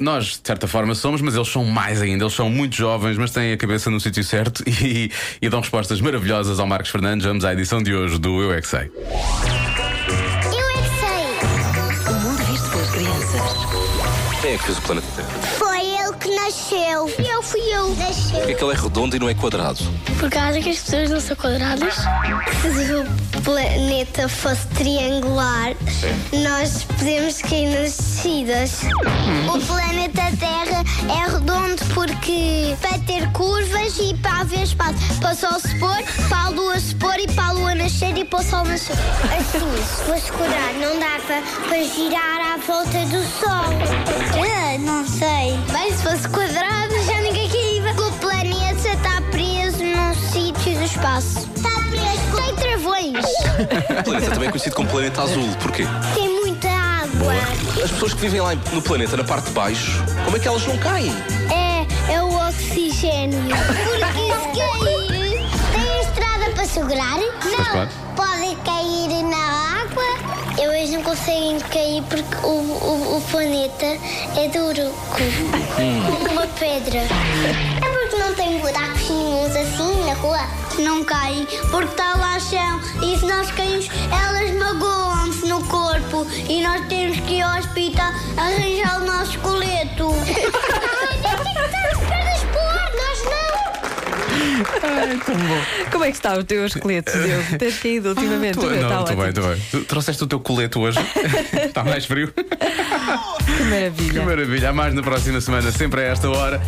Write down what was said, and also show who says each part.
Speaker 1: Nós, de certa forma, somos, mas eles são mais ainda. Eles são muito jovens, mas têm a cabeça no sítio certo e, e dão respostas maravilhosas ao Marcos Fernandes. Vamos à edição de hoje do Eu É Que Sei.
Speaker 2: Eu é que sei!
Speaker 3: O mundo visto pelas crianças.
Speaker 4: Quem é que fez o planeta Terra?
Speaker 2: Foi ele que nasceu. E eu fui eu. Nasceu.
Speaker 4: Porque é que ele é redondo e não é quadrado?
Speaker 5: Porque acha que as pessoas não são quadradas?
Speaker 2: Se o planeta fosse triangular, nós podemos cair nas descidas. O planeta Terra é redondo porque para ter curvas e para haver espaço. Para o Sol se pôr, para a Lua se pôr e para a Lua nascer e para o Sol nascer. Assim, se fosse quadrado, não dava para girar à volta do Sol. Ah, não sei. Bem, se fosse quadrado, já ninguém queria. O planeta está tá preso num sítio do espaço. Está preso. Tem travões.
Speaker 4: O planeta também é conhecido como planeta azul. Porquê?
Speaker 2: Tem muita água.
Speaker 4: As pessoas que vivem lá em- no planeta, na parte de baixo, como é que elas não caem?
Speaker 2: É, é o oxigênio. Porque se cair, tem estrada para segurar? Não.
Speaker 1: claro.
Speaker 2: Podem cair na água. Eles não conseguem cair porque o, o- o planeta é duro como, como uma pedra. É porque não tem buracos nenhums assim na rua? Não caem porque está lá chão e se nós caímos, elas magoam-se no corpo e nós temos que ir ao hospital arranjar o nosso esqueleto. Nós não!
Speaker 6: Como é que está o teu esqueleto, Diogo? Tens caído ultimamente?
Speaker 1: Ah, Tô-
Speaker 6: O meu
Speaker 1: não,
Speaker 6: está
Speaker 1: estou bem,
Speaker 6: ótimo.
Speaker 1: estou bem. Tu Trouxeste o teu colete hoje? Está mais frio?
Speaker 6: Que
Speaker 1: Que
Speaker 6: maravilha.
Speaker 1: maravilha. Há mais na próxima semana, sempre a esta hora.